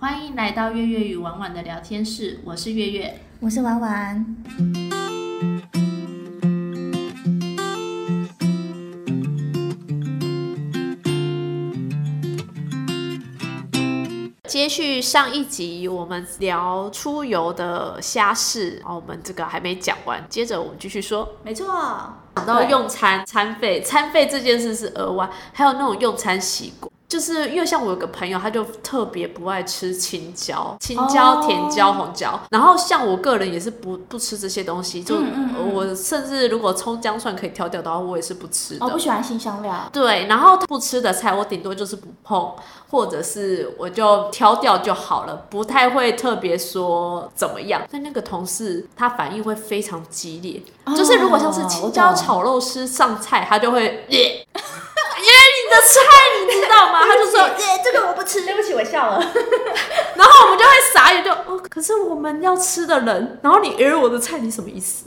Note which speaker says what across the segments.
Speaker 1: 欢迎来到月月与婉婉的聊天室，我是月月。
Speaker 2: 我是婉婉。
Speaker 1: 接续上一集，我们聊出游的虾事，哦，我们这个还没讲完，接着我们继续说。
Speaker 2: 没错，
Speaker 1: 讲到用餐、餐费，餐费这件事是额外，还有那种用餐习惯，就是因为像我有个朋友，他就特别不爱吃青椒、青椒、
Speaker 2: 哦
Speaker 1: 甜椒、红椒，然后像我个人也是不不吃这些东西，就
Speaker 2: 嗯嗯嗯
Speaker 1: 我甚至如果葱姜蒜可以挑掉的话，我也是哦不吃的。
Speaker 2: 哦我不喜欢新香料。
Speaker 1: 对，然后不吃的菜我顶多就是不碰，或者是我就挑掉就好了，不太会特别说怎么样。但那个同事他反应会非常激烈，就是如果像是青椒炒肉丝上菜，他就会耶， 耶你的菜你知道吗？他就说，
Speaker 2: 耶，这个我不吃，对不起，我笑了。
Speaker 1: 然后我们就会傻眼就，哦，可是我们要吃的人，然后你耶我的菜，你什么意思？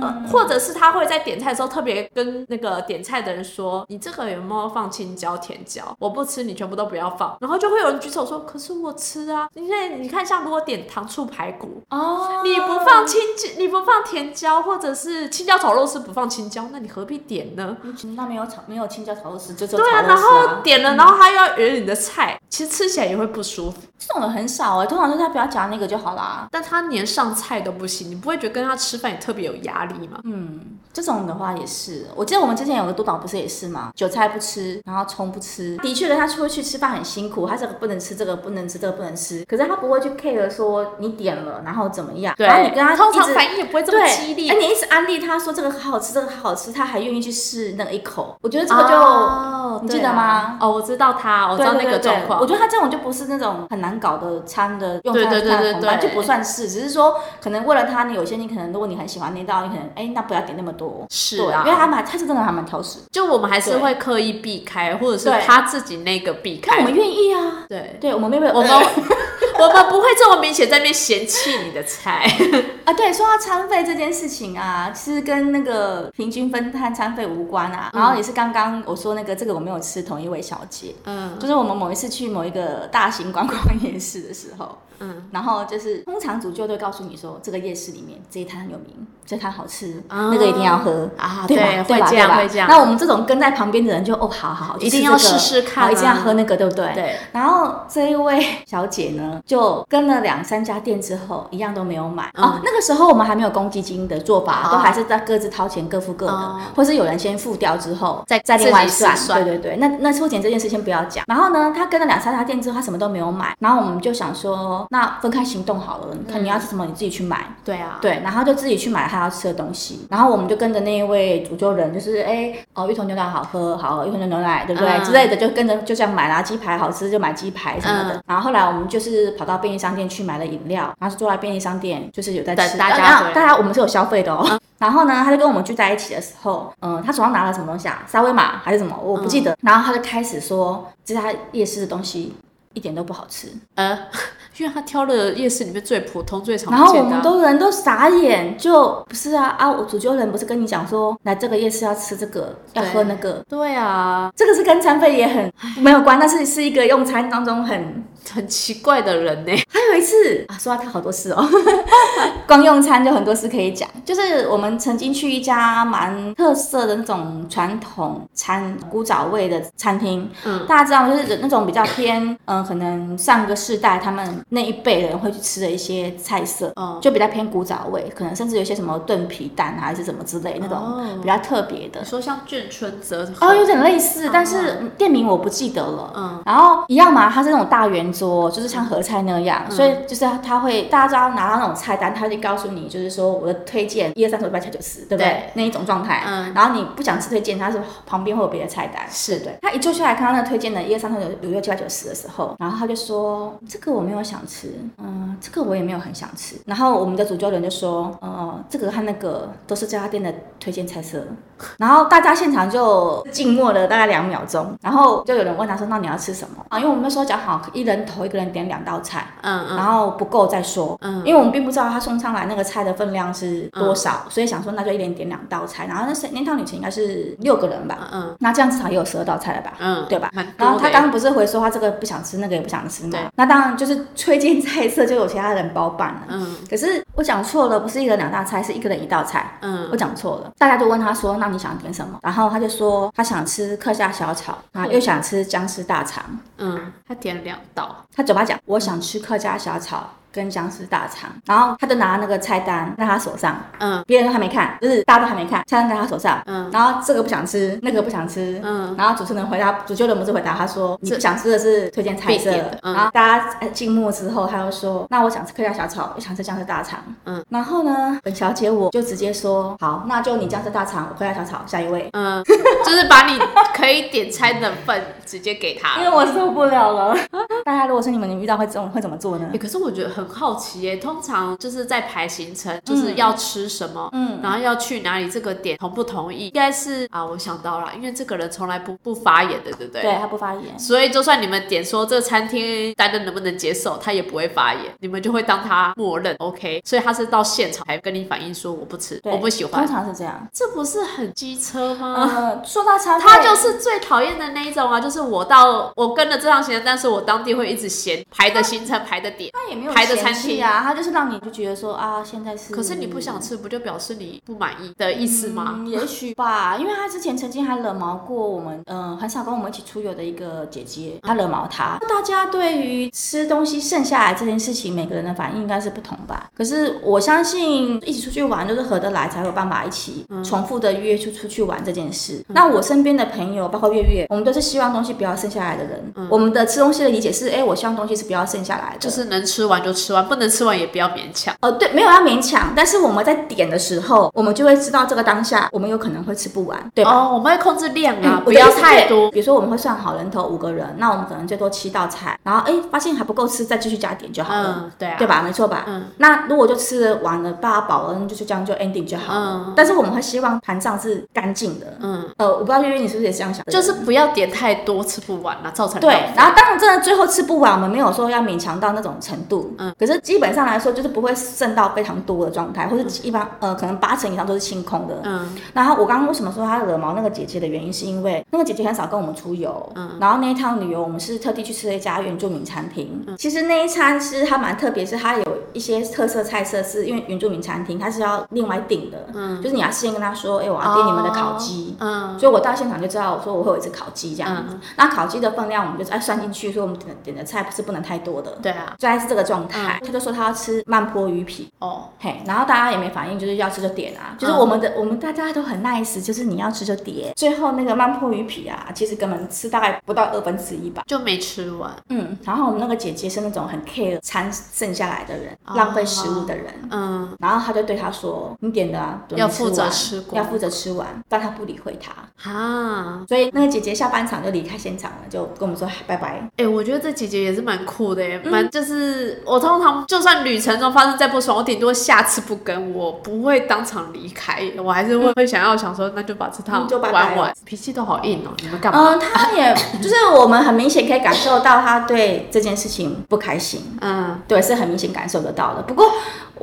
Speaker 1: 呃 或者是他会在点菜的时候特别跟那个点菜的人说：“你这个有没有放青椒、甜椒？我不吃，你全部都不要放。”然后就会有人举手说：“可是我吃啊！”你看，你看，像如果点糖醋排骨，
Speaker 2: 哦，
Speaker 1: 你不放青椒，你不放甜椒，或者是青椒炒肉丝不放青椒，那你何必点呢？
Speaker 2: 嗯，那没有炒，没有青椒炒肉丝，就只有
Speaker 1: 对啊，
Speaker 2: 炒肉
Speaker 1: 然
Speaker 2: 丝
Speaker 1: 后
Speaker 2: 啊。
Speaker 1: 点了，然后他又要哎约你的菜，其实吃起来也会不舒服。
Speaker 2: 这种的很少哎，通常就是他不要夹那个就好啦。
Speaker 1: 但他连上菜都不行，你不会觉得跟他吃饭也特别有压力吗？
Speaker 2: 嗯，这种的话也是，我记得我们之前有个督导不是也是嘛，韭菜不吃，然后葱不吃。的确，他出去吃饭很辛苦，他这个不能吃，这个不能吃，这个不能吃。可是他不会去 care 说你点了然后怎么样，然后你跟他
Speaker 1: 通
Speaker 2: 一
Speaker 1: 常
Speaker 2: 直
Speaker 1: 反应也不会这么
Speaker 2: 对，
Speaker 1: 激烈
Speaker 2: 哎，。你一直安利他说这个好好吃，这个好好吃，他还愿意去试那一口。我觉得这个就、
Speaker 1: 哦
Speaker 2: 你
Speaker 1: 对
Speaker 2: 记得
Speaker 1: 啊
Speaker 2: 吗
Speaker 1: 哦，我知道他，我知道那个状况。
Speaker 2: 我觉得他这种就不是那种很难搞的餐的用餐
Speaker 1: 对对对对
Speaker 2: 饭团吧
Speaker 1: 对
Speaker 2: 就不算是，只是说可能为了他，你有些你可能如果你很喜欢那道，你可能哎那不要点那么多。
Speaker 1: 是
Speaker 2: 对，
Speaker 1: 啊，
Speaker 2: 因为他蛮他是真的还蛮挑食，
Speaker 1: 就我们还是
Speaker 2: 对
Speaker 1: 会刻意避开，或者是
Speaker 2: 对
Speaker 1: 他自己那个避
Speaker 2: 但
Speaker 1: 开
Speaker 2: 我。们愿意啊。
Speaker 1: 对，
Speaker 2: 对我们没有哎
Speaker 1: 我们我们不会这么明显在那边嫌弃你的菜。
Speaker 2: 啊，对，说到餐费这件事情啊，其实跟那个平均分摊餐费无关啊。然后也是刚刚我说那个这个我没有吃同一位小姐，
Speaker 1: 嗯
Speaker 2: 就是我们某一次去某一个大型观光夜市的时候，
Speaker 1: 嗯，
Speaker 2: 然后就是通常主就都会告诉你说，这个夜市里面这一摊很有名，这摊好吃，
Speaker 1: 啊
Speaker 2: 那个一定要喝
Speaker 1: 啊
Speaker 2: 对吧
Speaker 1: 对
Speaker 2: 对吧？
Speaker 1: 会这样
Speaker 2: 对吧
Speaker 1: 会这样
Speaker 2: 那我们这种跟在旁边的人就哦，好好好，
Speaker 1: 一定
Speaker 2: 就
Speaker 1: 要
Speaker 2: 这个
Speaker 1: 试试看啊
Speaker 2: 好一定要喝那个，对不对？
Speaker 1: 嗯对。
Speaker 2: 然后这一位小姐呢，就跟了两三家店之后，一样都没有买。
Speaker 1: 嗯
Speaker 2: 哦，那个时候我们还没有公积金的做法，
Speaker 1: 哦
Speaker 2: 都还是在各自掏钱，各付各的，
Speaker 1: 哦
Speaker 2: 或是有人先付掉之后，
Speaker 1: 再
Speaker 2: 再另外
Speaker 1: 自己
Speaker 2: 算。
Speaker 1: 试算
Speaker 2: 对对对，那那付钱这件事先不要讲。然后呢，她跟了两三家店之后，她什么都没有买。然后我们就想说，那分开行动好了，你
Speaker 1: 嗯
Speaker 2: 看你要吃什么，你自己去买。
Speaker 1: 对啊，
Speaker 2: 对，然后就自己去买他要吃的东西，然后我们就跟着那一位主救人，就是哎哦，芋头牛奶好喝，好喝芋头牛奶，对不对、
Speaker 1: 嗯
Speaker 2: 之类的，就跟着就这样买啦，鸡排好吃就买鸡排什么的、
Speaker 1: 嗯
Speaker 2: 然后后来我们就是跑到便利商店去买了饮料，然后就坐在便利商店，就是有在
Speaker 1: 等
Speaker 2: 吃，
Speaker 1: 大家嗯
Speaker 2: 啊
Speaker 1: 回来
Speaker 2: 大家我们是有消费的哦。然后呢，他就跟我们聚在一起的时候，嗯，他手上拿了什么东西啊？沙威玛还是什么？我不记
Speaker 1: 嗯
Speaker 2: 得。然后他就开始说，这家夜市的东西一点都不好吃。
Speaker 1: 呃， 因为他挑了夜市里面最普通、最常
Speaker 2: 然后我
Speaker 1: 见的
Speaker 2: 们
Speaker 1: 啊。
Speaker 2: 都人都傻眼，就不是啊啊！我主教人不是跟你讲说，来这个夜市要吃这个，要
Speaker 1: 对
Speaker 2: 喝那个，
Speaker 1: 对啊，
Speaker 2: 这个是跟餐费也很没有关，但是是一个用餐当中很。
Speaker 1: 很奇怪的人呢。
Speaker 2: 还有一次啊，说到他好多事哦， 光用餐就很多事可以讲。就是我们曾经去一家蛮特色的那种传统餐古早味的餐厅，
Speaker 1: 嗯，
Speaker 2: 大家知道吗就是那种比较偏嗯、呃可能上个世代他们那一辈人会去吃的一些菜色，
Speaker 1: 哦
Speaker 2: 就比较偏古早味，可能甚至有一些什么炖皮蛋啊，还是什么之类那
Speaker 1: 哦
Speaker 2: 种比较特别的
Speaker 1: 你。说像眷村泽
Speaker 2: 哦，有点类似
Speaker 1: 哦，
Speaker 2: 但是嗯店名我不记得了。
Speaker 1: 嗯
Speaker 2: 嗯，然后一样嘛，它是那种大圆桌，就是像合菜那样，所以就是它会大家知道拿到那种菜单，它就告诉你，就是说我的推荐一二三四五六八九九十，对不
Speaker 1: 对
Speaker 2: 对？那一种状态。
Speaker 1: 嗯
Speaker 2: 嗯，然后你不想吃推荐，它是旁边会有别的菜单。
Speaker 1: 是
Speaker 2: 对。他一坐下来看到那个推荐的一二三四五六六七八九十的时候，然后他就说这个我没有想吃，嗯，这个我也没有很想吃。然后我们的主教人就说，呃，这个和那个都是这家店的推荐菜色。然后大家现场就静默了大概两秒钟，然后就有人问他说：“那你要吃什么？”啊，因为我们那时候讲好一人人头一个人点两道菜，
Speaker 1: 嗯嗯
Speaker 2: 然后不够再说。
Speaker 1: 嗯
Speaker 2: 因为我们并不知道他送上来那个菜的分量是多少，
Speaker 1: 嗯
Speaker 2: 所以想说那就一人点两道菜。然后那是那趟旅程应该是六个人吧，
Speaker 1: 嗯
Speaker 2: 那这样至少也有十二道菜了吧？
Speaker 1: 嗯，
Speaker 2: 对吧
Speaker 1: 蛮多的
Speaker 2: 然后他刚刚不是回说他这个不想吃，那个也不想吃嘛
Speaker 1: 对。
Speaker 2: 那当然就是推荐菜色就有其他人包办了。
Speaker 1: 嗯
Speaker 2: 可是我讲错了，不是一人两道菜，是一个人一道菜。我
Speaker 1: 嗯
Speaker 2: 讲错了，大家就问他说：“那你想点什么？”然后他就说他想吃客家小炒，啊，又想吃姜丝大肠。
Speaker 1: 嗯，他点了两道，
Speaker 2: 他嘴巴讲我想吃客家小炒跟姜丝大肠，然后他就拿那个菜单在他手上，
Speaker 1: 嗯
Speaker 2: 别人都还没看，就是大家都还没看，菜单在他手上，
Speaker 1: 嗯
Speaker 2: 然后这个不想吃，那个不想吃，
Speaker 1: 嗯
Speaker 2: 然后主持人回答，主持人不是回答他说你
Speaker 1: 这
Speaker 2: 不想吃的是推荐菜
Speaker 1: 必
Speaker 2: 色
Speaker 1: 点的，嗯
Speaker 2: 然后大家静默之后，他又说那我想吃客家小炒，又想吃姜丝大肠，
Speaker 1: 嗯，
Speaker 2: 然后呢，本小姐我就直接说好，那就你姜丝大肠，我客家小炒，下一位。
Speaker 1: 嗯， 就是把你可以点餐的份直接给他
Speaker 2: 因为我受不了了， 大家如果是你们，你们遇到会怎么会怎么做呢
Speaker 1: 欸？可是我觉得很好奇耶，通常就是在排行程，就是要吃什么，
Speaker 2: 嗯
Speaker 1: 然后要去哪里，这个点同不同意？应该是啊，我想到了，因为这个人从来不不发言的，对不对？
Speaker 2: 对，他不发言。
Speaker 1: 所以就算你们点说这个餐厅单的能不能接受，他也不会发言，你们就会当他默认 OK。所以他是到现场才跟你反映说我不吃，
Speaker 2: 对
Speaker 1: 我不喜
Speaker 2: 通
Speaker 1: 欢，
Speaker 2: 常是这样。
Speaker 1: 这不是很机车吗？
Speaker 2: 呃，说到餐费，
Speaker 1: 他就是最讨厌的那一种啊，就是我到我跟了这趟行程，但是我当地会一直嫌排的行程排的点。
Speaker 2: 他也没有
Speaker 1: 排的
Speaker 2: 嫌
Speaker 1: 餐
Speaker 2: 弃
Speaker 1: 厅
Speaker 2: 啊，他就是让你就觉得说啊，现在是，
Speaker 1: 可是你不想吃，不就表示你不满意的意思吗？
Speaker 2: 嗯，也许吧， 因为他之前曾经还惹毛过我们，呃，很少跟我们一起出游的一个姐姐，他惹毛他。大家对于吃东西剩下来这件事情，每个人的反应应该是不同吧。可是我相信，一起出去玩就是合得来，才有办法一起重复的约出出去玩这件事。那我身边的朋友，包括月月，我们都是希望东西不要剩下来的人。我们的吃东西的理解是，哎、我希望东西是不要剩下来的，
Speaker 1: 就是能吃完就吃完，不能吃完也不要勉强。
Speaker 2: 呃，对，没有要勉强，但是我们在点的时候，我们就会知道这个当下我们有可能会吃不完，对吧？
Speaker 1: 哦，我们会控制量啊，
Speaker 2: 嗯
Speaker 1: 不要太多。
Speaker 2: 比如说，我们会算好人头五个人，那我们可能最多七道菜，然后哎发现还不够吃，再继续加点就好了，
Speaker 1: 嗯，对啊，
Speaker 2: 对？吧？没错吧？
Speaker 1: 嗯
Speaker 2: 那如果就吃完了，大家饱了，那就是这样就 ending 就好了。
Speaker 1: 嗯
Speaker 2: 但是我们会希望盘上是干净的。
Speaker 1: 嗯，
Speaker 2: 呃，我不知道月月你是不是也这样想的？
Speaker 1: 就是不要点太多，吃不完啊，造成
Speaker 2: 对
Speaker 1: 浪费，
Speaker 2: 然后当然真的最后吃不完，我们没有说要勉强到那种程度，嗯，可是基本上来说就是不会剩到非常多的状态，或者一般呃可能八成以上都是清空的。
Speaker 1: 嗯
Speaker 2: 然后我刚刚为什么说她惹毛那个姐姐的原因，是因为那个姐姐很少跟我们出游，嗯，然后那一趟旅游我们是特地去吃了一家原住民餐厅，其实那一餐是它蛮特别，是它有一些特色菜色是因为原住民餐厅它是要另外订的，嗯，就是你要先跟他说，哎、我要订你们的烤鸡，
Speaker 1: 嗯
Speaker 2: 所以我到现场就知道，我说我会有一只烤鸡这样子。
Speaker 1: 嗯
Speaker 2: 那烤鸡的分量我们就是哎算进去，所以我们点的点的菜不是不能太多的，
Speaker 1: 对啊，
Speaker 2: 大概是这个状态。
Speaker 1: 嗯
Speaker 2: 他就说他要吃慢坡鱼皮，
Speaker 1: 哦，
Speaker 2: 嘿，然后大家也没反应，就是要吃就点啊，就是
Speaker 1: 嗯
Speaker 2: 我们的、我们大家都很 nice，就是你要吃就点。最后那个慢坡鱼皮啊，其实根本吃大概不到二分之一吧。
Speaker 1: 就没吃完。
Speaker 2: 嗯，然后我们那个姐姐是那种很 care 餐剩下来的人，
Speaker 1: 哦
Speaker 2: 浪费食物的人。
Speaker 1: 嗯，
Speaker 2: 然后他就对他说：“你点的、啊、
Speaker 1: 要负责
Speaker 2: 吃
Speaker 1: 吃
Speaker 2: 完，
Speaker 1: 光
Speaker 2: 要负责吃完。”但他不理会他。
Speaker 1: 哈，
Speaker 2: 所以那个姐姐下半场就离开现场了，就跟我们说拜拜。
Speaker 1: 哎、我觉得这姐姐也是蛮酷的耶，
Speaker 2: 嗯
Speaker 1: 蛮、就是我通常就算旅程中发生再不爽，我顶多下次不跟我不会当场离开，我还是会会想要想说，那就把这趟
Speaker 2: 嗯嗯就拜拜
Speaker 1: 玩完。脾气都好硬哦、你们干嘛？
Speaker 2: 嗯，她也就是我们很明显可以感受到她对这件事情不开心，
Speaker 1: 嗯
Speaker 2: 对，是很明显感受得到的。不过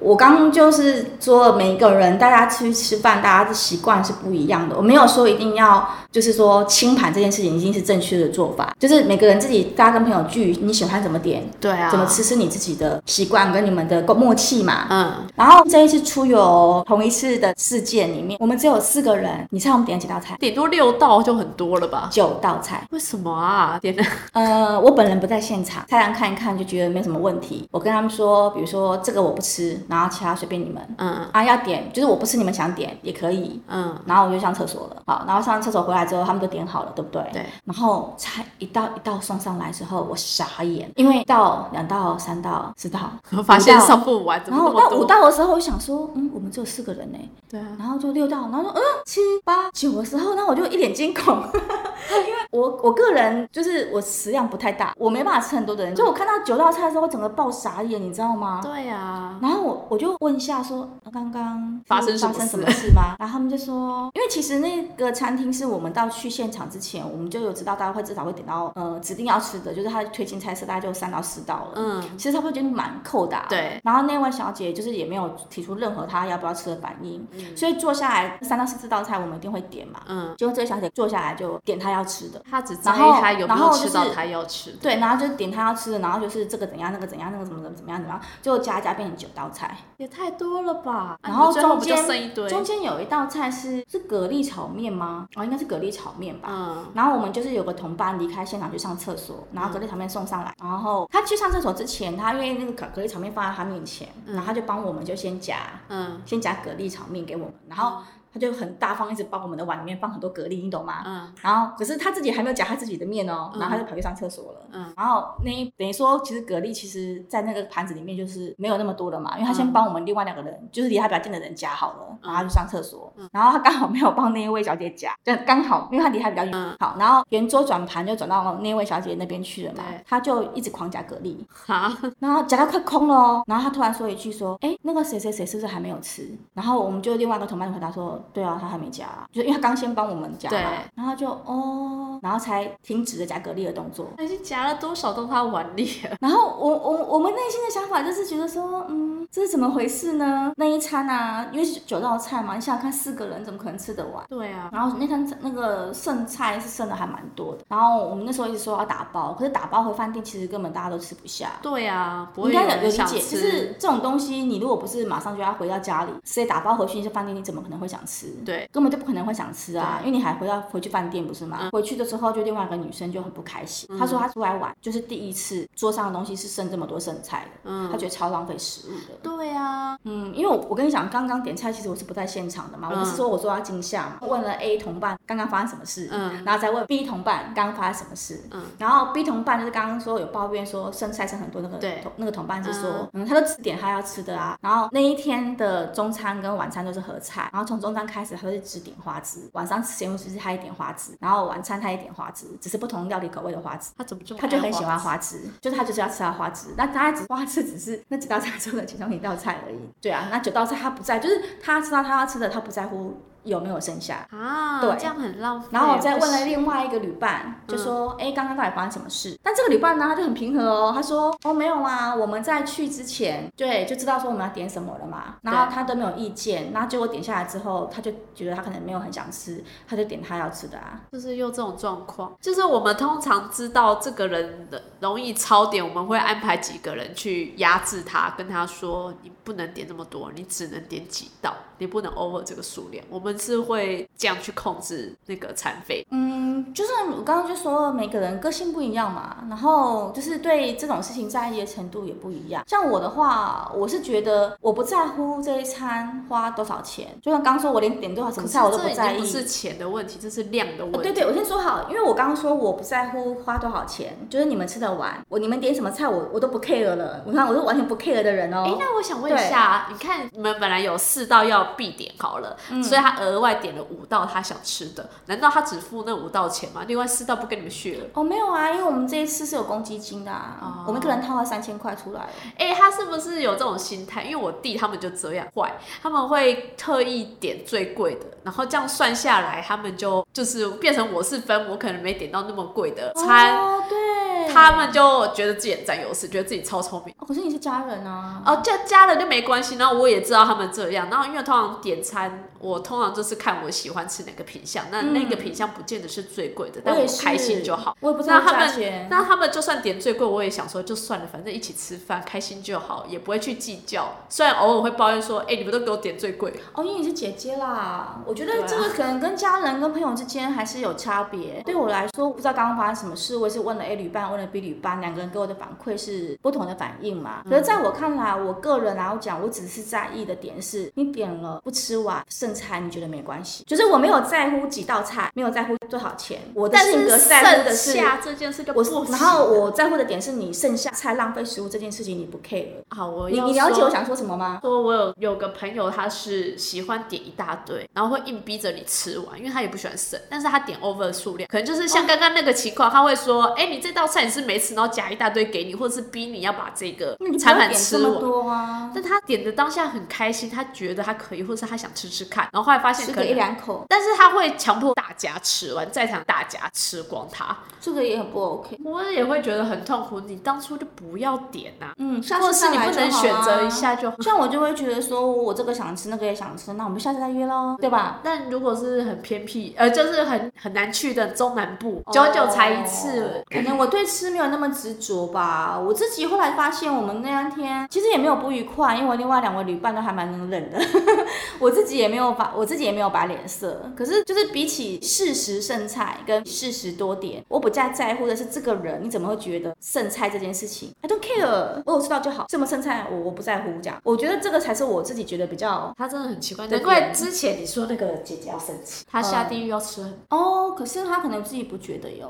Speaker 2: 我刚刚就是说，每一个人大家去吃饭，大家的习惯是不一样的。我没有说一定要就是说清盘这件事情一定是正确的做法，就是每个人自己，大家跟朋友聚，你喜欢怎么点，
Speaker 1: 对啊，
Speaker 2: 怎么？吃是你自己的习惯跟你们的默契嘛。
Speaker 1: 嗯，
Speaker 2: 然后这一次出游同一次的事件里面，我们只有四个人，你猜我们点了几道菜？
Speaker 1: 顶多六道就很多了吧？
Speaker 2: 九道菜。
Speaker 1: 为什么啊？点了，
Speaker 2: 呃，我本人不在现场，菜单看一看就觉得没什么问题。我跟他们说，比如说这个我不吃，然后其他随便你们。
Speaker 1: 嗯
Speaker 2: 啊，要点就是我不吃，你们想点也可以。
Speaker 1: 嗯，
Speaker 2: 然后我就上厕所了，好，然后上完厕所回来之后，他们都点好了，对不对？
Speaker 1: 对。
Speaker 2: 然后菜一道一道送上来之后，我傻眼，因为一道、两道、三道、知道。
Speaker 1: 发现
Speaker 2: 五道
Speaker 1: 上不完，怎
Speaker 2: 然
Speaker 1: 么
Speaker 2: 后
Speaker 1: 那
Speaker 2: 到
Speaker 1: 么
Speaker 2: 五
Speaker 1: 多？
Speaker 2: 道的时候，我想说，嗯，我们只有四个人呢、
Speaker 1: 对啊，
Speaker 2: 然后就六道，然后说嗯七八九的时候，那我就一脸惊恐， 因为我我个人就是我食量不太大，我没办法吃很多的人，就我看到九道菜的时候，我整个爆傻眼，你知道吗？
Speaker 1: 对啊，
Speaker 2: 然后我我就问一下说，刚刚
Speaker 1: 发生什
Speaker 2: 发
Speaker 1: 么
Speaker 2: 生什
Speaker 1: 事
Speaker 2: 么事吗？然后他们就说，因为其实那个餐厅是我们到去现场之前，我们就有知道大家会至少会点到呃指定要吃的，就是他推荐菜色大概就三到四道了。
Speaker 1: 嗯，
Speaker 2: 其实差不多已经蛮扣的、啊。
Speaker 1: 对。
Speaker 2: 然后那位小姐就是也没有提出任何她要不要吃的反应，所以坐下来三到四道菜我们一定会点嘛。
Speaker 1: 嗯，
Speaker 2: 结果这位小姐坐下来就点她要吃的，
Speaker 1: 他只在意
Speaker 2: 然后
Speaker 1: 他有没
Speaker 2: 然后
Speaker 1: 有
Speaker 2: 就
Speaker 1: 吃到
Speaker 2: 是
Speaker 1: 他要吃的。
Speaker 2: 对，然后就点她要吃的，然后就是这个怎样，那个怎样，那个怎么怎么怎么样怎么样，最后加一加变成九道菜。
Speaker 1: 也太多了吧？啊
Speaker 2: 然
Speaker 1: 你
Speaker 2: 后
Speaker 1: 最后
Speaker 2: 中
Speaker 1: 不就
Speaker 2: 间
Speaker 1: 剩一堆？
Speaker 2: 中间有一道菜是是蛤蜊炒面吗？哦，应该是蛤蜊炒面吧。
Speaker 1: 嗯，
Speaker 2: 然后我们就是有个同伴离开现场去上厕所，然后蛤蜊炒面送上来。然后他去上厕所之前，他因为那个蛤蛤蜊炒面放在他面前，然后他就帮我们就先夹，
Speaker 1: 嗯
Speaker 2: 先夹蛤蜊炒面给我们，然后他就很大方，一直帮我们的碗里面放很多蛤蜊，你懂吗？
Speaker 1: 嗯
Speaker 2: 然后可是他自己还没有夹他自己的面哦，
Speaker 1: 嗯
Speaker 2: 然后他就跑去上厕所了。
Speaker 1: 嗯
Speaker 2: 然后那一等于说，其实蛤蜊其实在那个盘子里面就是没有那么多了嘛，
Speaker 1: 嗯
Speaker 2: 因为他先帮我们另外两个人，就是离他比较近的人夹好了，然后他去上厕所，然后他刚好没有帮那一位小姐夹，就刚好因为他离他比较远。
Speaker 1: 嗯
Speaker 2: 好，然后圆桌转盘就转到那位小姐那边去了嘛
Speaker 1: 对，
Speaker 2: 他就一直狂夹蛤蜊，
Speaker 1: 哈，
Speaker 2: 然后夹到快空了哦，然后他突然说一句说，哎，那个谁谁谁是不是还没有吃？然后我们就另外一个同伴就回答说，对啊，他还没夹啊、就是因为他刚先帮我们夹嘛
Speaker 1: 对，
Speaker 2: 然后就哦，然后才停止了夹蛤蜊的动作。
Speaker 1: 他已经夹了多少到他碗里了？
Speaker 2: 然后我我我们内心的想法就是觉得说，嗯，这是怎么回事呢？那一餐啊，因为是九道菜嘛，你想想看，四个人怎么可能吃得完？
Speaker 1: 对啊，
Speaker 2: 然后那餐那个剩菜是剩的还蛮多的，然后我们那时候一直说要打包，可是打包回饭店其实根本大家都吃不下，
Speaker 1: 对啊，不
Speaker 2: 应
Speaker 1: 会
Speaker 2: 该有
Speaker 1: 人
Speaker 2: 有理
Speaker 1: 想
Speaker 2: 解，
Speaker 1: 吃。
Speaker 2: 就是这种东西，你如果不是马上就要回到家里，谁打包回去是饭店，你怎么可能会想吃？
Speaker 1: 对，
Speaker 2: 根本就不可能会想吃啊，因为你还回到回去饭店不是吗？
Speaker 1: 嗯
Speaker 2: 回去的时候就另外一个女生就很不开心，她说她出来玩就是第一次桌上的东西是剩这么多剩菜的，
Speaker 1: 嗯
Speaker 2: 她觉得超浪费食物的。
Speaker 1: 对啊，
Speaker 2: 嗯，因为我我跟你讲，刚刚点菜其实我是不在现场的嘛，我是说我坐在惊吓嘛，问了 A 同伴刚刚发生什么事，
Speaker 1: 嗯
Speaker 2: 然后再问 B 同伴刚刚发生什么事，
Speaker 1: 嗯，
Speaker 2: 然后 B 同伴就是刚刚说有抱怨说剩菜剩很多那个
Speaker 1: 对
Speaker 2: 同那个同伴是说，嗯，他就只点他要吃的啊，然后那一天的中餐跟晚餐都是合菜，然后从中餐开始他就是只点花枝，晚上吃咸鱼鸡他也点花枝，然后晚餐他也点花枝，只是不同料理口味的花枝。
Speaker 1: 他怎么这么
Speaker 2: 他就
Speaker 1: 爱
Speaker 2: 很喜欢
Speaker 1: 花
Speaker 2: 花枝，就是他就是要吃到花枝。那他只花枝只是那几道菜中的其中一道菜而已。对啊，那九道菜他不在，就是他知道他要吃的，他不在乎有没有剩下。
Speaker 1: 啊？
Speaker 2: 对
Speaker 1: 这样很浪费。啊
Speaker 2: 然后我再问
Speaker 1: 不嗯
Speaker 2: 了
Speaker 1: 行
Speaker 2: 另外一个旅伴，就说：“哎、刚刚到底发生什么事？”但这个旅伴呢，他就很平和哦，他说：“哦，没有啊，我们在去之前，对，就知道说我们要点什么了嘛。”然后他都没有意见，然后结果点下来之后，他就觉得他可能没有很想吃，他就点他要吃的啊。
Speaker 1: 就是又这种状况，就是我们通常知道这个人的容易超点，我们会安排几个人去压制他，跟他说你不能点这么多，你只能点几道，你不能 over 这个数量。我们是会这样去控制那个餐费。
Speaker 2: 嗯，就是我刚刚就说每个人个性不一样嘛，然后就是对这种事情在意的程度也不一样。像我的话，我是觉得我不在乎这一餐花多少钱，就像刚刚说，我连点多少哦什么菜我都
Speaker 1: 可是这已经
Speaker 2: 在意。
Speaker 1: 不是钱的问题，这是量的问题。
Speaker 2: 哦对对，我先说好，因为我刚刚说我不在乎花多少钱，就是你们吃得完，我你们点什么菜我我都不 care 了。我看我是完全不 care 的人哦。
Speaker 1: 哎、那我想问一下，你看你们本来有四道要必点好了，
Speaker 2: 嗯
Speaker 1: 所以他额外点了五道他想吃的，难道他只付那五道钱吗？另外四道不跟你们续了？
Speaker 2: 哦，没有啊，因为我们这一次是有公积金的
Speaker 1: 哦
Speaker 2: 啊，我们一个人掏了三千块出来了。
Speaker 1: 哎、他是不是有这种心态？因为我弟他们就这样坏，他们会特意点最贵的，然后这样算下来，他们就就是变成我是分，我可能没点到那么贵的餐，
Speaker 2: 哦，对，
Speaker 1: 他们就觉得自己很占优势，觉得自己超聪明。
Speaker 2: 哦可是你是家人啊。
Speaker 1: 哦，就加了就没关系。然后我也知道他们这样，然后因为通常点餐，我通常就是看我喜欢吃哪个品相，那
Speaker 2: 嗯
Speaker 1: 那个品相不见得是最贵的，
Speaker 2: 我
Speaker 1: 但
Speaker 2: 也
Speaker 1: 我
Speaker 2: 是
Speaker 1: 开心就好。
Speaker 2: 我也不知道
Speaker 1: 那他
Speaker 2: 价
Speaker 1: 们
Speaker 2: 钱，
Speaker 1: 那他们就算点最贵，我也想说就算了，反正一起吃饭开心就好，也不会去计较。虽然偶尔会抱怨说，哎、你们都给我点最贵，
Speaker 2: 哦，因为你是姐姐啦，我觉
Speaker 1: 对
Speaker 2: 得
Speaker 1: 啊
Speaker 2: 这个可能跟家人跟朋友之间还是有差别。对我来说，我不知道刚刚发生什么事，我也是问了 A 旅伴，问问了 B 旅伴，两个人给我的反馈是不同的反应嘛。可是
Speaker 1: 嗯
Speaker 2: 在我看来，我个人来讲，我只是在意的点是，你点了不吃完剩菜，你觉得没关系，就是我没有在乎几道菜，没有在乎多少钱，我的
Speaker 1: 但
Speaker 2: 性
Speaker 1: 是
Speaker 2: 格在乎的是
Speaker 1: 剩。下这件事就不
Speaker 2: 我
Speaker 1: 行了
Speaker 2: 然后我在乎的点是你剩下菜浪费食物这件事情你不 care，
Speaker 1: 啊，我
Speaker 2: 你
Speaker 1: 要
Speaker 2: 你了解
Speaker 1: 说
Speaker 2: 我想说什么吗？
Speaker 1: 说我有有个朋友，他是喜欢点一大堆，然后会硬逼着你吃完，因为他也不喜欢省，但是他点 over 的数量，可能就是像刚刚那个情况，他会说，哎、你这道菜你是没吃，然后夹一大堆给你，或者是逼你要把这个
Speaker 2: 那你不要
Speaker 1: 餐盘
Speaker 2: 点
Speaker 1: 吃
Speaker 2: 这么
Speaker 1: 完。
Speaker 2: 多啊，
Speaker 1: 但他点的当下很开心，他觉得他可以，或者是他想吃吃看，然后后来发现
Speaker 2: 吃
Speaker 1: 可
Speaker 2: 个一
Speaker 1: 以，
Speaker 2: 两口，
Speaker 1: 但是他会强迫大家吃完，在场大家吃光它，
Speaker 2: 这个也很不 OK。
Speaker 1: 我也会觉得很痛苦。你当初就不要点呐、
Speaker 2: 嗯，下
Speaker 1: 或者是
Speaker 2: 次再
Speaker 1: 你
Speaker 2: 来
Speaker 1: 不
Speaker 2: 就
Speaker 1: 能
Speaker 2: 好
Speaker 1: 选择
Speaker 2: 啊
Speaker 1: 一下就好。
Speaker 2: 像我就会觉得说，我这个想吃，那个也想吃，那我们下次再约喽，对吧？
Speaker 1: 但如果是很偏僻，呃，就是很很难去的中南部，久久才一次
Speaker 2: 哦，可能我对吃没有那么执着吧。我自己后来发现，我们那天其实也没有不愉快，因为我另外两位旅伴都还蛮能忍的， 我自己也没有把我自己也没有摆脸色。可是就是比起适时剩菜跟适时多点，我比较在乎的是这个人你怎么会觉得剩菜这件事情，I don't care，我有吃到就好，什么剩菜我我不在乎这样。我觉得这个才是我自己觉得比较
Speaker 1: 他真的很奇怪，
Speaker 2: 对
Speaker 1: 难怪之前你说那个姐姐要生气，嗯她下地狱要吃很。
Speaker 2: 哦，可是他可能自己不觉得哟。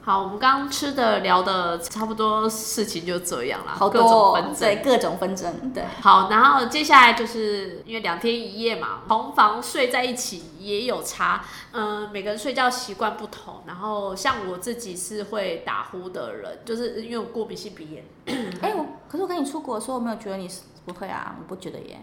Speaker 1: 好，我们刚刚吃的聊的差不多事情就这样啦，
Speaker 2: 好
Speaker 1: 各
Speaker 2: 多、
Speaker 1: 种
Speaker 2: 哦
Speaker 1: 纷，
Speaker 2: 对
Speaker 1: 争。
Speaker 2: 各种纷争，对，
Speaker 1: 好，然后接下来就是因为两天一夜嘛，同房睡在一起也有差，嗯、每个人睡觉习惯不同。然后像我自己是会打呼的人，就是因为我过敏性鼻炎，
Speaker 2: 哎、我可是我跟你出国的时候，我没有觉得你是不会啊，我不觉得耶。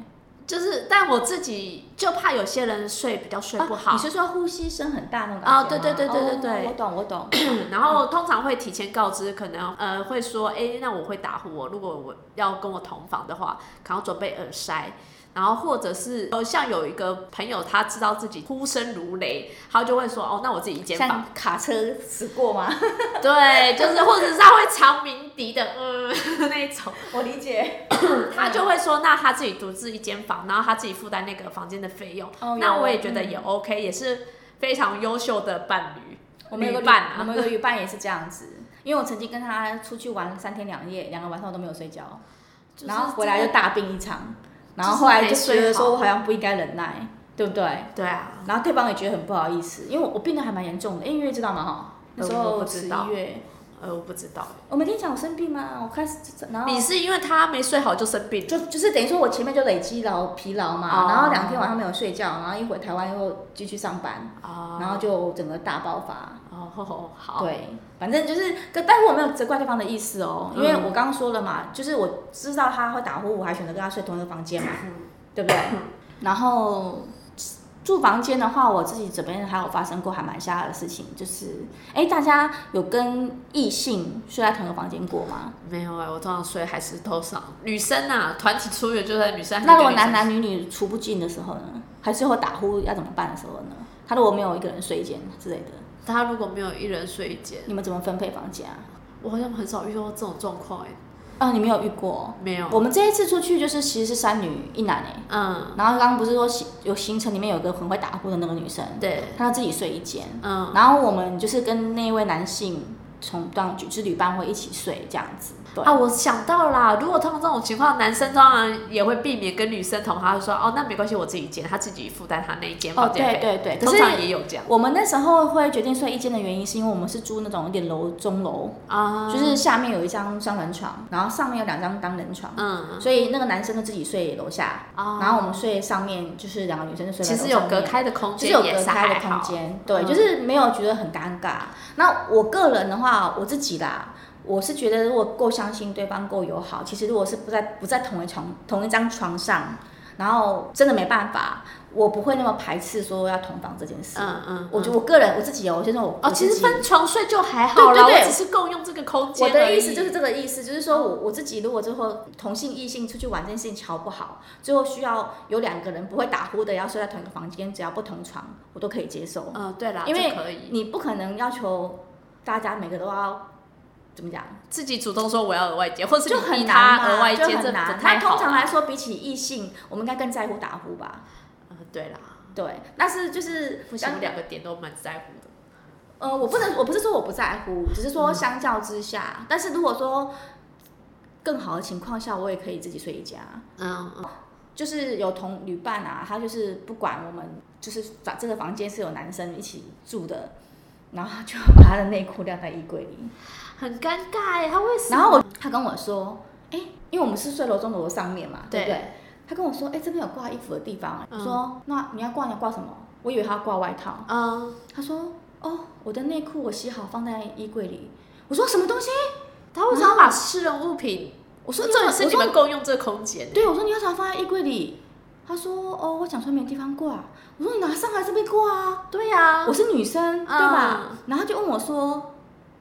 Speaker 1: 就是，但我自己就怕有些人睡比较睡不好，
Speaker 2: 啊你是说呼吸声很大那种感觉
Speaker 1: 啊
Speaker 2: 吗
Speaker 1: 对对对对对
Speaker 2: 哦
Speaker 1: 对
Speaker 2: 我懂我懂。
Speaker 1: 然后通常会提前告知，可能呃会说，哎、那我会打呼哦，如果我要跟我同房的话，可能准备耳塞。然后或者是呃，像有一个朋友，他知道自己呼声如雷，他就会说，哦，那我自己一间房。
Speaker 2: 像卡车驶过吗？
Speaker 1: 对，就是或者是他会长鸣笛的，嗯， 那一种。
Speaker 2: 我 理解。
Speaker 1: 他就会说，那他自己独自一间房，然后他自己负担那个房间的费用。
Speaker 2: 哦
Speaker 1: 那
Speaker 2: 有嗯
Speaker 1: 我也觉得也 OK，、也是非常优秀的伴侣，
Speaker 2: 我们有个
Speaker 1: 旅
Speaker 2: 旅
Speaker 1: 伴
Speaker 2: 我
Speaker 1: 啊。
Speaker 2: 们有个旅伴也是这样子，因为我曾经跟他出去玩三天两夜，两个晚上我都没有睡觉，
Speaker 1: 就是
Speaker 2: 然后回来就大病一场，然后
Speaker 1: 就是
Speaker 2: 后来
Speaker 1: 没
Speaker 2: 就觉得
Speaker 1: 睡好
Speaker 2: 说我好像不应该忍耐，对不对？
Speaker 1: 对啊，
Speaker 2: 然后对方也觉得很不好意思，因为我我病得还蛮严重的，哎因为知道吗？哈，那时
Speaker 1: 呃我
Speaker 2: 候
Speaker 1: 不
Speaker 2: 十
Speaker 1: 知道
Speaker 2: 一月，
Speaker 1: 呃，我不知道，
Speaker 2: 我没跟你讲我生病吗？我开始然后
Speaker 1: 你是因为他没睡好就生病，
Speaker 2: 就就是等于说我前面就累积劳疲劳嘛，
Speaker 1: 哦
Speaker 2: 然后两天晚上没有睡觉，然后一回台湾又继续上班，
Speaker 1: 啊、
Speaker 2: 然后就整个大爆发。
Speaker 1: 哦，好，
Speaker 2: 对，反正就是，可但是我没有责怪对方的意思哦，因为
Speaker 1: 嗯
Speaker 2: 我刚刚说了嘛，就是我知道他会打呼，我还选择跟他睡同一个房间嘛，
Speaker 1: 嗯
Speaker 2: 对不对？然后住房间的话，我自己这边还有发生过还蛮吓的事情，就是，哎，大家有跟异性睡在同一个房间过吗？
Speaker 1: 没有哎、我通常睡还是头上。女生啊，团体出游就是女生还是跟女生。
Speaker 2: 那如果男男女女处不近的时候呢？还是会打呼要怎么办的时候呢？他如果没有一个人睡一间之类的，
Speaker 1: 他如果没有一人睡一间，
Speaker 2: 你们怎么分配房间啊？
Speaker 1: 我好像很少遇到这种状况哎，
Speaker 2: 啊，你没有遇过？
Speaker 1: 没有。
Speaker 2: 我们这一次出去就是其实是三女一男诶、
Speaker 1: 嗯，
Speaker 2: 然后刚刚不是说行有行程里面有个很会打呼的那个女生，
Speaker 1: 对，
Speaker 2: 她自己睡一间，
Speaker 1: 嗯，
Speaker 2: 然后我们就是跟那一位男性从当就是旅伴会一起睡这样子。对，
Speaker 1: 啊，我想到啦，如果通常这种情况，男生通常也会避免跟女生同行，他就说哦，那没关系，我自己一间，他自己负担他那一间
Speaker 2: 哦
Speaker 1: 房间费。
Speaker 2: 对对对，可
Speaker 1: 通常
Speaker 2: 是
Speaker 1: 也有这样
Speaker 2: 我们那时候会决定睡一间的原因是因为我们是住那种有点楼中楼，
Speaker 1: 啊，
Speaker 2: 就是下面有一张双人床，然后上面有两张单人床，
Speaker 1: 嗯
Speaker 2: 所以那个男生就自己睡楼下，
Speaker 1: 啊，
Speaker 2: 然后我们睡上面，就是两个女生就睡
Speaker 1: 其
Speaker 2: 在楼上
Speaker 1: 实
Speaker 2: 面
Speaker 1: 有隔，开的空
Speaker 2: 就
Speaker 1: 间，
Speaker 2: 是有隔开的空。间，对，
Speaker 1: 嗯
Speaker 2: 就是没有觉得很尴尬。那我个人的话，我自己啦。我是觉得，如果够相信对方、够友好，其实如果是不在不在同一床、同一张床上，然后真的没办法，我不会那么排斥说要同房这件事。
Speaker 1: 嗯嗯，
Speaker 2: 我觉得我个人我自己哦，我先说我
Speaker 1: 哦，
Speaker 2: 我
Speaker 1: 其
Speaker 2: 自
Speaker 1: 实
Speaker 2: 己
Speaker 1: 分床睡就还好啦，
Speaker 2: 对对对
Speaker 1: 我只是共用这个空间
Speaker 2: 我
Speaker 1: 哦而已。哦
Speaker 2: 的意思就是这个意思，就是说我我自己如果最后同性异性出去玩这件事情瞧不好，最后需要有两个人不会打呼的要睡在同一个房间，只要不同床，我都可以接受。
Speaker 1: 嗯，对啦，
Speaker 2: 因
Speaker 1: 这可
Speaker 2: 为
Speaker 1: 以
Speaker 2: 你不可能要求大家每个都要怎么讲，
Speaker 1: 自己主动说我要额外接，或是
Speaker 2: 就
Speaker 1: 你逼
Speaker 2: 很
Speaker 1: 他
Speaker 2: 难嘛，
Speaker 1: 额外
Speaker 2: 就
Speaker 1: 接，这
Speaker 2: 很
Speaker 1: 不
Speaker 2: 难。
Speaker 1: 太
Speaker 2: 那
Speaker 1: 好
Speaker 2: 通
Speaker 1: 啦。
Speaker 2: 常来说，比起异性，我们应该更在乎打呼吧？
Speaker 1: 嗯，对啦，
Speaker 2: 对，但是就是
Speaker 1: 不行，我两个点都蛮在乎的。
Speaker 3: 呃，我不能，我不是说我不在乎，只是
Speaker 1: 嗯
Speaker 3: 说相较之下，但是如果说更好的情况下，我也可以自己睡一家。
Speaker 2: 啊
Speaker 1: 嗯，嗯
Speaker 2: 就是有同旅伴啊，他就是不管我们，就是把这个房间是有男生一起住的，然后他就把他的内裤晾在衣柜里。
Speaker 1: 很尴尬耶，欸他为什么？
Speaker 2: 然后我他跟我说，哎、因为我们是睡楼中楼上面嘛，对不
Speaker 3: 对
Speaker 2: 对？他跟我说，哎、这边有挂衣服的地方，我
Speaker 1: 嗯
Speaker 2: 说那你要挂你要挂什么？我以为他要挂外套，
Speaker 1: 嗯，
Speaker 2: 他说哦，我的内裤我洗好放在衣柜里。我说什么东西？
Speaker 1: 他为什么要把私人物品？
Speaker 2: 我说
Speaker 1: 这
Speaker 2: 你
Speaker 1: 重
Speaker 2: 为什
Speaker 1: 点是你
Speaker 2: 么我说
Speaker 1: 们共用这个空间，
Speaker 2: 对，我说你为什么放在衣柜里？他说哦，我想说没地方挂。我说你拿上来这边挂啊，
Speaker 1: 对呀
Speaker 2: 我，是女生、对吧
Speaker 1: 嗯？
Speaker 2: 然后他就问我说，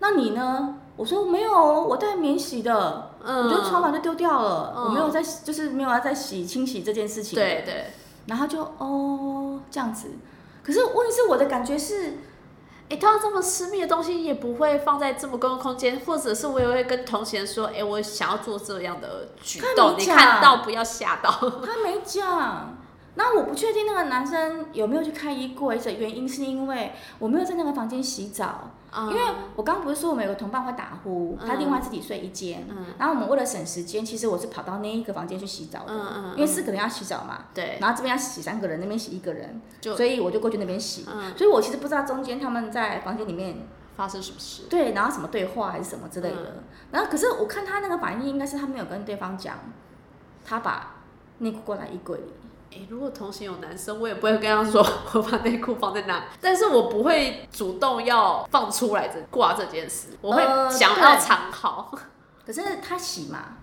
Speaker 2: 那你呢？我说没有，我带免洗的，
Speaker 1: 嗯，
Speaker 2: 我就穿完就丢掉了，
Speaker 1: 嗯
Speaker 2: 我没有在就是没有要在洗清洗这件事情。
Speaker 1: 对，对，
Speaker 2: 然后他就哦这样子。可是问题是我的感 觉是，
Speaker 1: 哎，通常这么私密的东西也不会放在这么公共空间，或者是我也会跟同学说，哎，我想要做这样的举动，
Speaker 2: 看你
Speaker 1: 你
Speaker 2: 讲
Speaker 1: 看到不要吓到。
Speaker 2: 他没讲。那我不确定那个男生有没有去看衣柜的原因，是因为我没有在那个房间洗澡，
Speaker 1: 嗯
Speaker 2: 因为我刚刚不是说我们有个同伴会打呼，他另外自己睡一间，
Speaker 1: 嗯
Speaker 2: 然后我们为了省时间，其实我是跑到那一个房间去洗澡的，
Speaker 1: 嗯嗯嗯嗯
Speaker 2: 因为四个人要洗澡嘛，
Speaker 1: 对，
Speaker 2: 然后这边要洗三个人，那边洗一个人，
Speaker 1: 就
Speaker 2: 所以我就过去那边洗，
Speaker 1: 嗯，
Speaker 2: 所以我其实不知道中间他们在房间里面
Speaker 1: 发生什么事？
Speaker 2: 对，然后什么对话还是什么之类的。
Speaker 1: 嗯
Speaker 2: 然后可是我看他那个反应，应该是他没有跟对方讲，他把内裤挂在衣柜里。
Speaker 1: 诶，如果同行有男生，我也不会跟他说我把内裤放在哪，但是我不会主动要放出来这挂这件事，我会
Speaker 2: 呃
Speaker 1: 想
Speaker 2: 对
Speaker 1: 要藏好。
Speaker 2: 可是他洗嘛，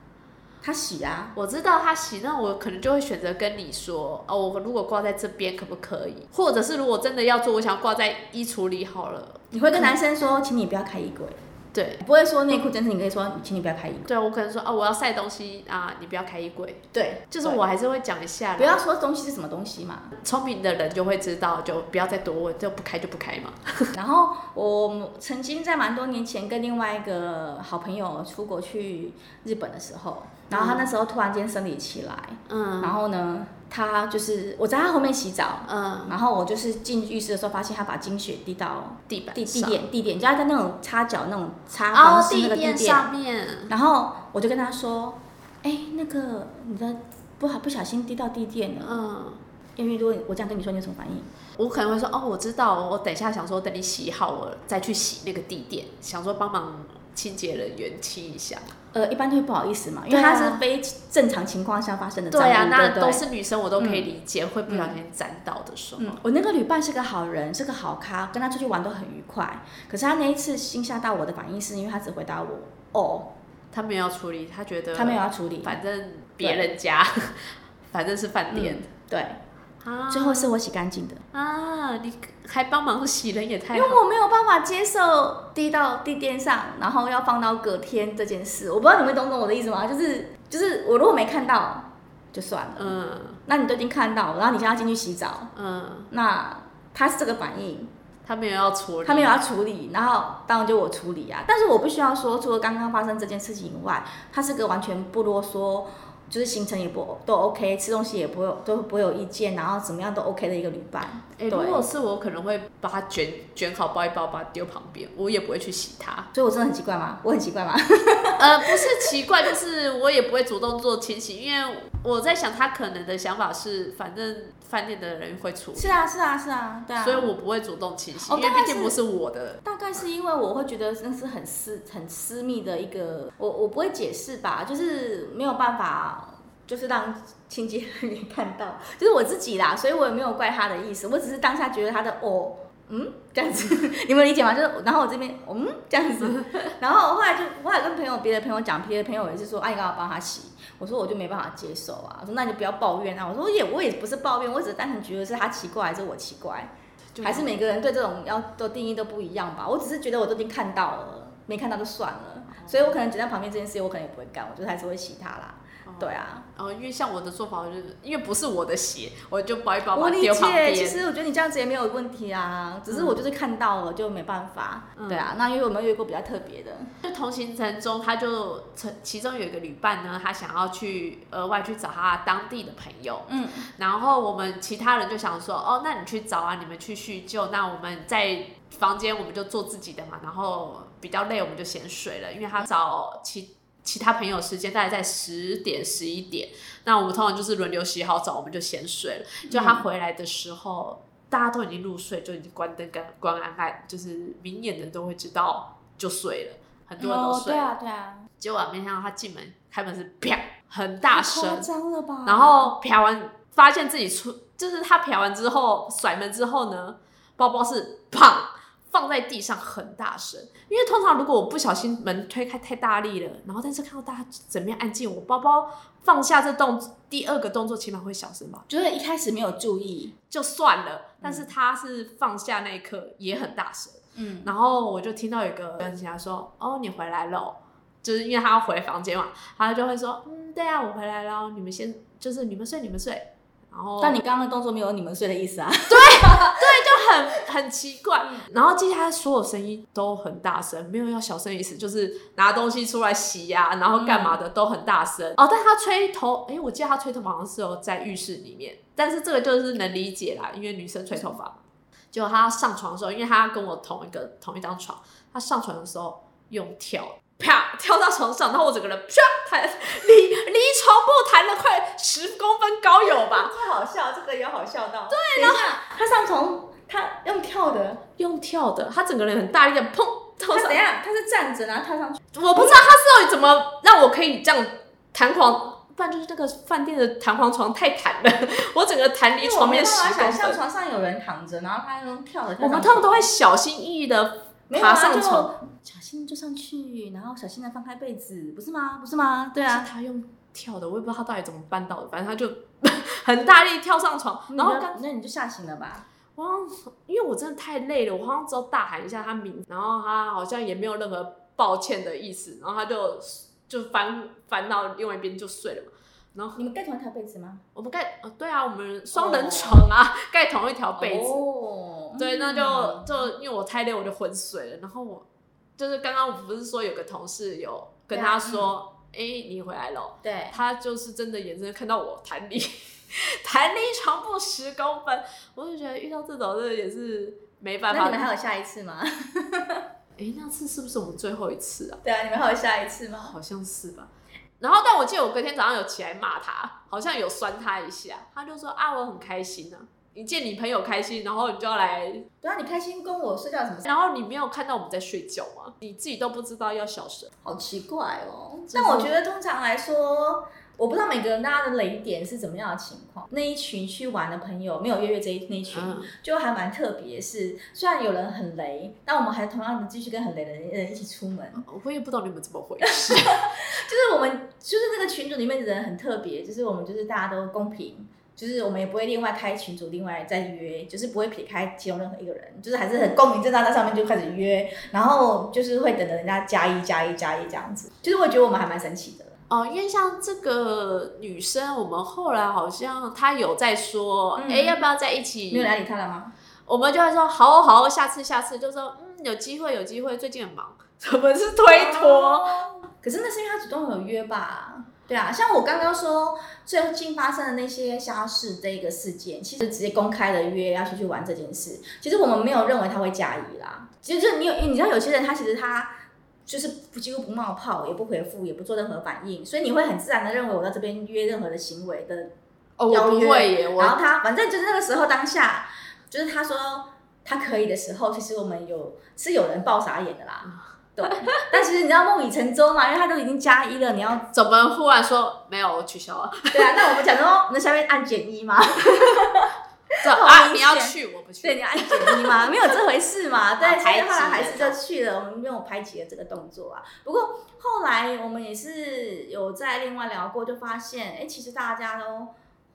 Speaker 2: 他洗啊，
Speaker 1: 我知道他洗，那我可能就会选择跟你说，哦，我如果挂在这边可不可以？或者是如果真的要做，我想挂在衣橱里好了。
Speaker 2: 你会跟男生说，请你不要开衣柜，
Speaker 1: 对，
Speaker 2: 你不会说内裤真是，你可以说，请你不要开衣柜。
Speaker 1: 对我可能说，哦，我要晒东西啊，你不要开衣柜，
Speaker 2: 对，
Speaker 1: 就是我还是会讲一下啦。
Speaker 2: 不要说东西是什么东西 嘛。
Speaker 1: 聪明的人就会知道，就不要再多问，就不开就不开嘛。
Speaker 2: 然后我曾经在蛮多年前跟另外一个好朋友出国去日本的时候，然后他那时候突然间生理期来，
Speaker 1: 嗯
Speaker 2: 然后呢，他就是我在他后面洗澡，
Speaker 1: 嗯，
Speaker 2: 然后我就是进浴室的时候，发现他把精血滴到
Speaker 1: 地板
Speaker 2: 地地
Speaker 1: 上
Speaker 2: 垫地垫，你知道在那种擦脚那种擦
Speaker 1: 哦
Speaker 2: 房，式那个地
Speaker 1: 垫
Speaker 2: 垫。
Speaker 1: 上面，
Speaker 2: 然后我就跟他说：“哎、那个你的不好不小心滴到地垫了。
Speaker 1: 嗯，
Speaker 2: 因为如果我这样跟你说，你有什么反应？
Speaker 1: 我可能会说，哦，我知道，我等一下想说，等你洗好，我再去洗那个地垫，想说帮忙清洁人员清一下。
Speaker 2: 呃，一般都会不好意思嘛，因为
Speaker 1: 对啊
Speaker 2: 它是非正常情况下发生的
Speaker 1: 对
Speaker 2: 障
Speaker 1: 啊，
Speaker 2: 碍，对
Speaker 1: 那
Speaker 2: 不
Speaker 1: 都
Speaker 2: 对？
Speaker 1: 是女生，我都可以理解，会不小心沾到的时候。
Speaker 2: 嗯，我那个旅伴是个好人，是个好咖，跟他出去玩都很愉快。可是他那一次惊吓到我的反应，是因为他只回答我“哦
Speaker 1: 他没有要处理，他觉”，得
Speaker 2: 他没有，要处理。
Speaker 1: 反正别人家， 反正是饭店、
Speaker 2: 对，
Speaker 1: 啊
Speaker 2: 最后是我洗干净的。
Speaker 1: 啊，你还帮忙洗人也太
Speaker 2: 因为
Speaker 1: 好。
Speaker 2: 我没有办法接受滴到地垫上，然后要放到隔天这件事，我不知道你们懂不懂我的意思吗？就是就是我如果没看到就算了，
Speaker 1: 嗯
Speaker 2: 那你都已经看到，然后你现在进去洗澡，
Speaker 1: 嗯，
Speaker 2: 那他是这个反应，
Speaker 1: 他没有要处理，
Speaker 2: 他没有要处理，然后当然就我处理啊。但是我必须要说，除了刚刚发生这件事情以外，他是个完全不啰嗦。就是行程也不都 OK，吃东西也不会有都不会有意见，然后怎么样都 OK 的一个旅伴。
Speaker 1: 诶。
Speaker 2: 对
Speaker 1: 如果是我，可能会把它卷卷好，包一包，把它丢旁边，我也不会去洗 它。
Speaker 2: 所以我真的很奇怪吗？我很奇怪吗？
Speaker 1: 呃，不是奇怪，就是我也不会主动做清洗，因为我在想他可能的想法是，反正饭店的人会处理，
Speaker 2: 是啊，是啊，是啊，对啊。
Speaker 1: 所以我不会主动清洗，
Speaker 2: 哦
Speaker 1: 因为
Speaker 2: 当然
Speaker 1: 毕竟不是我的。
Speaker 2: 大概是因为我会觉得那是很私、很私密的一个，我我不会解释吧，就是没有办法，就是让清洁人员看到，就是我自己啦，所以我也没有怪他的意思，我只是当下觉得他的哦，嗯，这样子，你们理解吗？就是然后我这边嗯这样子，然后后来就我还跟朋友别的朋友讲，别的朋友也是说，哎、啊，你干嘛帮他洗？我说我就没办法接受啊，我说那你就不要抱怨啊，我说也我也不是抱怨，我只是单纯觉得是他奇怪还是我奇怪。
Speaker 1: 就
Speaker 2: 还是每个人对这种要的定义都不一样吧。我只是觉得我都已经看到了，没看到就算了，所以我可能觉得旁边这件事情我可能也不会干，我就还是会洗它啦。对啊，
Speaker 1: 哦，因为像我的做法，我就是因为不是我的鞋，我就包一包把
Speaker 2: 我
Speaker 1: 它
Speaker 2: 理
Speaker 1: 丢旁
Speaker 2: 解，
Speaker 1: 边。
Speaker 2: 其实我觉得你这样子也没有问题啊，只是我就是看到了就没办法。对啊，那因为我们有遇过比较特别的，
Speaker 1: 就同行程中，他就曾其中有一个旅伴呢，他想要去额外去找他当地的朋友，
Speaker 2: 嗯，
Speaker 1: 然后我们其他人就想说，哦，那你去找啊，你们去叙旧，那我们在房间我们就做自己的嘛，然后比较累我们就先睡了，因为他找其其他朋友时间大概在十点十一点，那我们通常就是轮流洗好澡，我们就先睡了，就他回来的时候。大家都已经入睡，就已经关灯、跟关暗暗，就是明眼人都会知道就睡了，很多人都
Speaker 4: 哦，
Speaker 1: 睡
Speaker 4: 对
Speaker 1: 了。
Speaker 4: 啊，对啊，
Speaker 1: 结果没想到他进门开门是啪，很大
Speaker 4: 太夸
Speaker 1: 声，
Speaker 4: 张了
Speaker 2: 哦
Speaker 4: 吧？
Speaker 1: 然后啪完发现自己出，就是他啪完之后甩门之后呢，包包是砰放在地上很大声，因为通常如果我不小心门推开太大力了，然后但是看到大家整面安静，我包包放下这动第二个动作起码会小声吧，
Speaker 4: 就是一开始没有注意，
Speaker 1: 就算了，但是他是放下那一刻也很大声。
Speaker 4: 嗯，
Speaker 1: 然后我就听到有个人起来说：“哦，你回来了哦。”就是因为他要回房间嘛，他就会说：“嗯，对啊，我回来了哦，你们先，就是你们睡，你们睡。”然后
Speaker 4: 但你刚刚的动作没有你们睡的意思啊？
Speaker 1: 就很很奇怪。然后接下来所有声音都很大声，没有要小声的意思，就是拿东西出来洗呀、然后干嘛的都很大声。哦，但他吹头，诶，我记得他吹头发好像是有在浴室里面，但是这个就是能理解啦，因为女生吹头发嘛。结果他上床的时候，因为他跟我同一个同一张床，他上床的时候用跳。啪！跳到床上，然后我整个人啪弹，离离床布弹了快十公分高有吧？
Speaker 2: 太好笑，这个也好笑到。对，然后他上床，他用跳的，
Speaker 1: 用跳的，他整个人很大力的砰，跳
Speaker 2: 他
Speaker 1: 上
Speaker 2: 怎样？他是站着然后跳上去，
Speaker 1: 我不知道他是到底怎么让我可以这样弹簧，不然就是那个饭店的弹簧床太弹了， 我整个弹离
Speaker 2: 因为我
Speaker 1: 床
Speaker 2: 没
Speaker 1: 面
Speaker 2: 办
Speaker 1: 十
Speaker 2: 法
Speaker 1: 公
Speaker 2: 想象
Speaker 1: 分。
Speaker 2: 床上有人躺着，然后他用跳的跳上去。
Speaker 1: 我们通常都会小心翼翼的
Speaker 2: 没有啊
Speaker 1: 爬上
Speaker 2: 就
Speaker 1: 床，
Speaker 4: 小心就上去，然后小心的翻开被子，不是吗？不是吗？对
Speaker 1: 但
Speaker 4: 啊，
Speaker 1: 是他用跳的，我也不知道他到底怎么办到的，反正他就 很大力跳上床，然后刚
Speaker 2: 那那你就吓醒了吧？
Speaker 1: 我好像因为我真的太累了，我好像只有大喊一下他名，然后他好像也没有任何抱歉的意思，然后他就就翻翻到另外一边就睡了嘛，然后。
Speaker 2: 你们盖同一条被子吗？
Speaker 1: 我们盖哦，对啊，我们双人床啊， 盖同一条被子。嗯
Speaker 2: 哦
Speaker 1: 对，那就就因为我太累，我就昏睡了。然后我就是刚刚我不是说有个同事有跟他说，哎、你回来了。
Speaker 2: 啊对，
Speaker 1: 他就是真的眼睁睁看到我弹 离弹离床布十公分，我就觉得遇到这种真的也是没办
Speaker 2: 那
Speaker 1: 法
Speaker 2: 你。们还有下一 次吗？
Speaker 1: 哎、那次是不是我们最后一次啊？
Speaker 2: 对啊，你们还有下一次吗？
Speaker 1: 好像是吧。然后，但我记得我隔天早上有起来骂他，好像有酸他一下，他就说啊，我很开心啊，你见你朋友开心，然后你就要来，
Speaker 2: 对啊，你开心跟我睡觉有什么事？
Speaker 1: 然后你没有看到我们在睡觉吗？你自己都不知道要小声，
Speaker 2: 好奇怪哦。
Speaker 1: 是
Speaker 2: 但我觉得通常来说，我不知道每个人大家的雷点是怎么样的情况。那一群去玩的朋友，没有月月这一那一群，
Speaker 1: 嗯
Speaker 2: 就还蛮特别是。虽然有人很雷，但我们还同样的继续跟很雷的人一起出门。
Speaker 1: 我也不懂你们怎么回事。
Speaker 2: 就是我们就是这个群组里面的人很特别，就是我们就是大家都公平，就是我们也不会另外开群组，另外再约，就是不会撇开其中任何一个人，就是还是很公平正大在上面就开始约，然后就是会等着人家加一加一加一这样子。就是我觉得我们还蛮神奇的。
Speaker 1: 哦，因为像这个女生，我们后来好像她有在说，哎、
Speaker 2: 嗯
Speaker 1: 要不要在一起？
Speaker 2: 没有人来理他了吗？
Speaker 1: 我们就会说好哦好哦，下次下次，就说嗯，有机会有机会，最近很忙。我们是推脱，
Speaker 2: 可是那是因为他主动有约吧？对啊，像我刚刚说最近发生的那些虾事这一个事件，其实直接公开的约要出去玩这件事，其实我们没有认为他会加一啦。其实就是你有，你知道有些人他其实他就是不几乎不冒泡，也不回复，也不做任何反应，所以你会很自然的认为我在这边约任何的行为的
Speaker 1: 哦，我不会耶，我
Speaker 2: 然后他反正就是那个时候当下，就是他说他可以的时候，其实我们有是有人爆傻眼的啦。对，但其实你知道木已成舟嘛，因为他都已经加一了，你要
Speaker 1: 怎么忽然说没有我取消 了？
Speaker 2: 对啊，那我们讲说，那下面按减一吗？
Speaker 1: 这
Speaker 2: 好
Speaker 1: 啊，
Speaker 2: 明显
Speaker 1: 你要去我不去。
Speaker 2: 对，你要按减一吗？没有这回事嘛，对，
Speaker 1: 啊
Speaker 2: 所以
Speaker 1: 排挤
Speaker 2: 后来还是就去了，我们没有排挤了这个动作啊。不过后来我们也是有在另外聊过，就发现，哎，其实大家都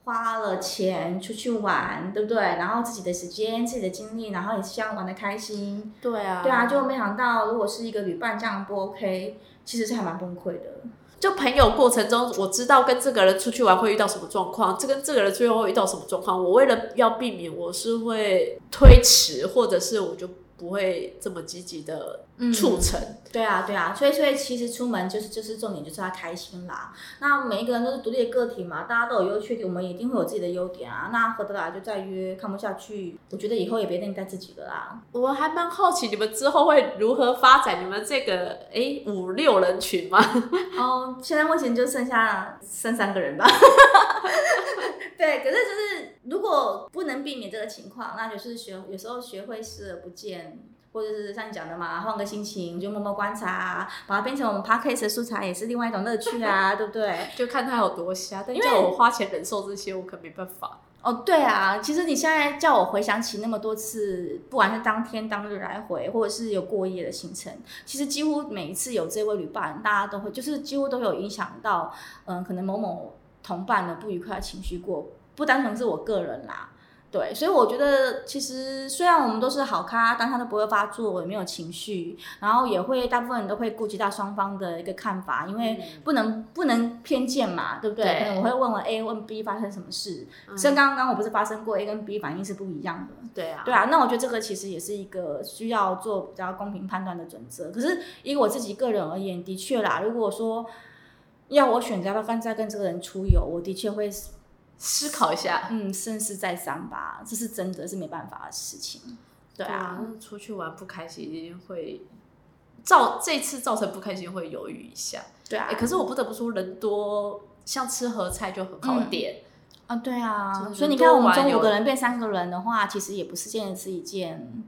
Speaker 2: 花了钱出去玩，对不对？然后自己的时间、自己的精力，然后也希望玩的开心。
Speaker 1: 对啊
Speaker 2: 对啊，就没想到如果是一个旅伴这样不 OK，其实是还蛮崩溃的。
Speaker 1: 就朋友过程中，我知道跟这个人出去玩会遇到什么状况，这跟这个人出去会遇到什么状况。我为了要避免，我是会推迟，或者是我就不会这么积极的促成。
Speaker 2: 对啊，对啊，所以所以其实出门就是就是重点，就是要开心啦。那每一个人都是独立的个体嘛，大家都有优缺点，我们一定会有自己的优点啊。那合得来就再约，看不下去，我觉得以后也别内在自己了 啦。
Speaker 1: 我还蛮好奇你们之后会如何发展你们这个诶五六人群吗？
Speaker 2: 哦，现在目前就剩下剩三个人吧。对，可是就是如果不能避免这个情况，那就是学有时候学会视而不见。或者是像你讲的嘛，换个心情就默默观察、啊，把它变成我们 podcast 的素材，也是另外一种乐趣啊，对不对？
Speaker 1: 就看他有多瞎，但叫我花钱忍受这些，我可没办法。
Speaker 2: 哦，对啊，其实你现在叫我回想起那么多次，不管是当天当日来回，或者是有过夜的行程，其实几乎每一次有这位旅伴，大家都会就是几乎都有影响到，嗯，可能某某同伴的不愉快的情绪过，不单纯是我个人啦。对，所以我觉得其实虽然我们都是好咖，当下都不会发作，也没有情绪，然后也会大部分人都会顾及到双方的一个看法，因为不能不能偏见嘛，对不对？
Speaker 1: 对
Speaker 2: 可能我会问问 A 问 B 发生什么事，像刚刚我不是发生过 A 跟 B 反应是不一样的。
Speaker 1: 对啊，
Speaker 2: 对啊，那我觉得这个其实也是一个需要做比较公平判断的准则。可是以我自己个人而言，的确啦，如果说要我选择要不要再跟这个人出游，我的确会
Speaker 1: 思考一下。
Speaker 2: 嗯，深思再三吧，这是真的是没办法的事情。对啊，，
Speaker 1: 出去玩不开心会造这次造成不开心会犹豫一下。
Speaker 2: 对啊
Speaker 1: 哎、，可是我不得不说，人多像吃合菜就很好点。
Speaker 2: 啊，对
Speaker 1: 真
Speaker 2: 啊，
Speaker 1: 的
Speaker 2: 所以你
Speaker 1: 多
Speaker 2: 看，我们
Speaker 1: 玩
Speaker 2: 中
Speaker 1: 有
Speaker 2: 五个人变三个人的话，其实也不是件是一件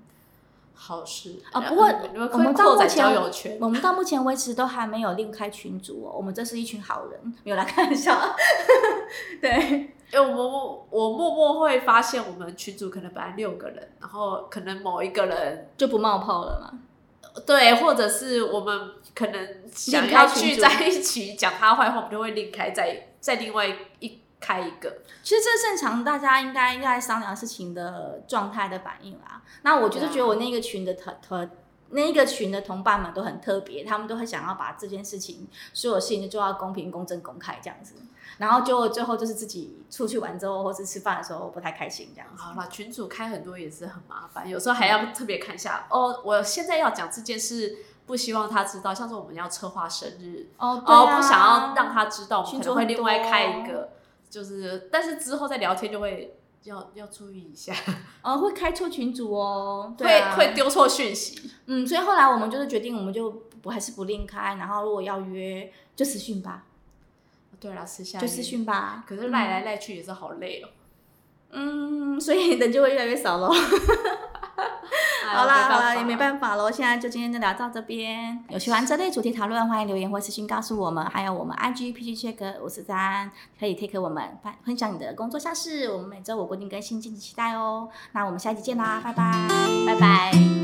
Speaker 1: 好事呃
Speaker 2: 啊。不过
Speaker 1: 你们
Speaker 2: 我
Speaker 1: 可以
Speaker 2: 们到
Speaker 1: 扩
Speaker 2: 目
Speaker 1: 展交
Speaker 2: 前
Speaker 1: 友圈，
Speaker 2: 我们到目前为止都还没有另开群组哦。我们这是一群好人，没有来看一下。 对，
Speaker 1: 因为我默我默默会发现，我们群主可能本来六个人，然后可能某一个人
Speaker 2: 就不冒泡了嘛。
Speaker 1: 呃对，或者是我们可能想
Speaker 2: 另开
Speaker 1: 要
Speaker 2: 群
Speaker 1: 聚
Speaker 2: 组
Speaker 1: 在一起讲他坏话，我们就会另开再再另外一开一个。
Speaker 2: 其实这正常，大家应该在商量事情的状态的反应啦。那我就是
Speaker 1: 对啊
Speaker 2: 觉得我那个群的同同那一个群的同伴们都很特别，他们都很想要把这件事情所有事情就做到公平、公正、公开这样子。然后就最后就是自己出去玩之后，或是吃饭的时候不太开心这样子。嗯
Speaker 1: 好啦，群主开很多也是很麻烦，有时候还要特别看一下哦。我现在要讲这件事，不希望他知道，像是我们要策划生日，
Speaker 2: 哦
Speaker 1: 哦，不想要让他知道，我们
Speaker 2: 群
Speaker 1: 可
Speaker 2: 组
Speaker 1: 能会
Speaker 2: 很
Speaker 1: 另外开一
Speaker 2: 多
Speaker 1: 个，就是但是之后再聊天就会要要注意一下，
Speaker 2: 呃会开错群组哦，对
Speaker 1: 会
Speaker 2: 啊
Speaker 1: 会丢错讯息。
Speaker 2: 嗯，所以后来我们就是决定，我们就不还是不另开，然后如果要约就私讯吧，
Speaker 1: 对啦，私下
Speaker 2: 就
Speaker 1: 约
Speaker 2: 私，嗯讯吧。
Speaker 1: 可是赖来赖去也是好累哦。
Speaker 2: 嗯，所以人就会越来越少喽。
Speaker 1: 哎
Speaker 2: 好啦
Speaker 1: 没办
Speaker 2: 好啦，也没
Speaker 1: 法
Speaker 2: 办法喽，现在就今天就聊到这边。有喜欢这类主题讨论，欢迎留言或私信告诉我们。还有我们 IG PG Check 五四三，可以 take 我们分分享你的工 作下事。我们每周五固定更新，敬请期待哦。那我们下一集见啦，拜拜，拜拜。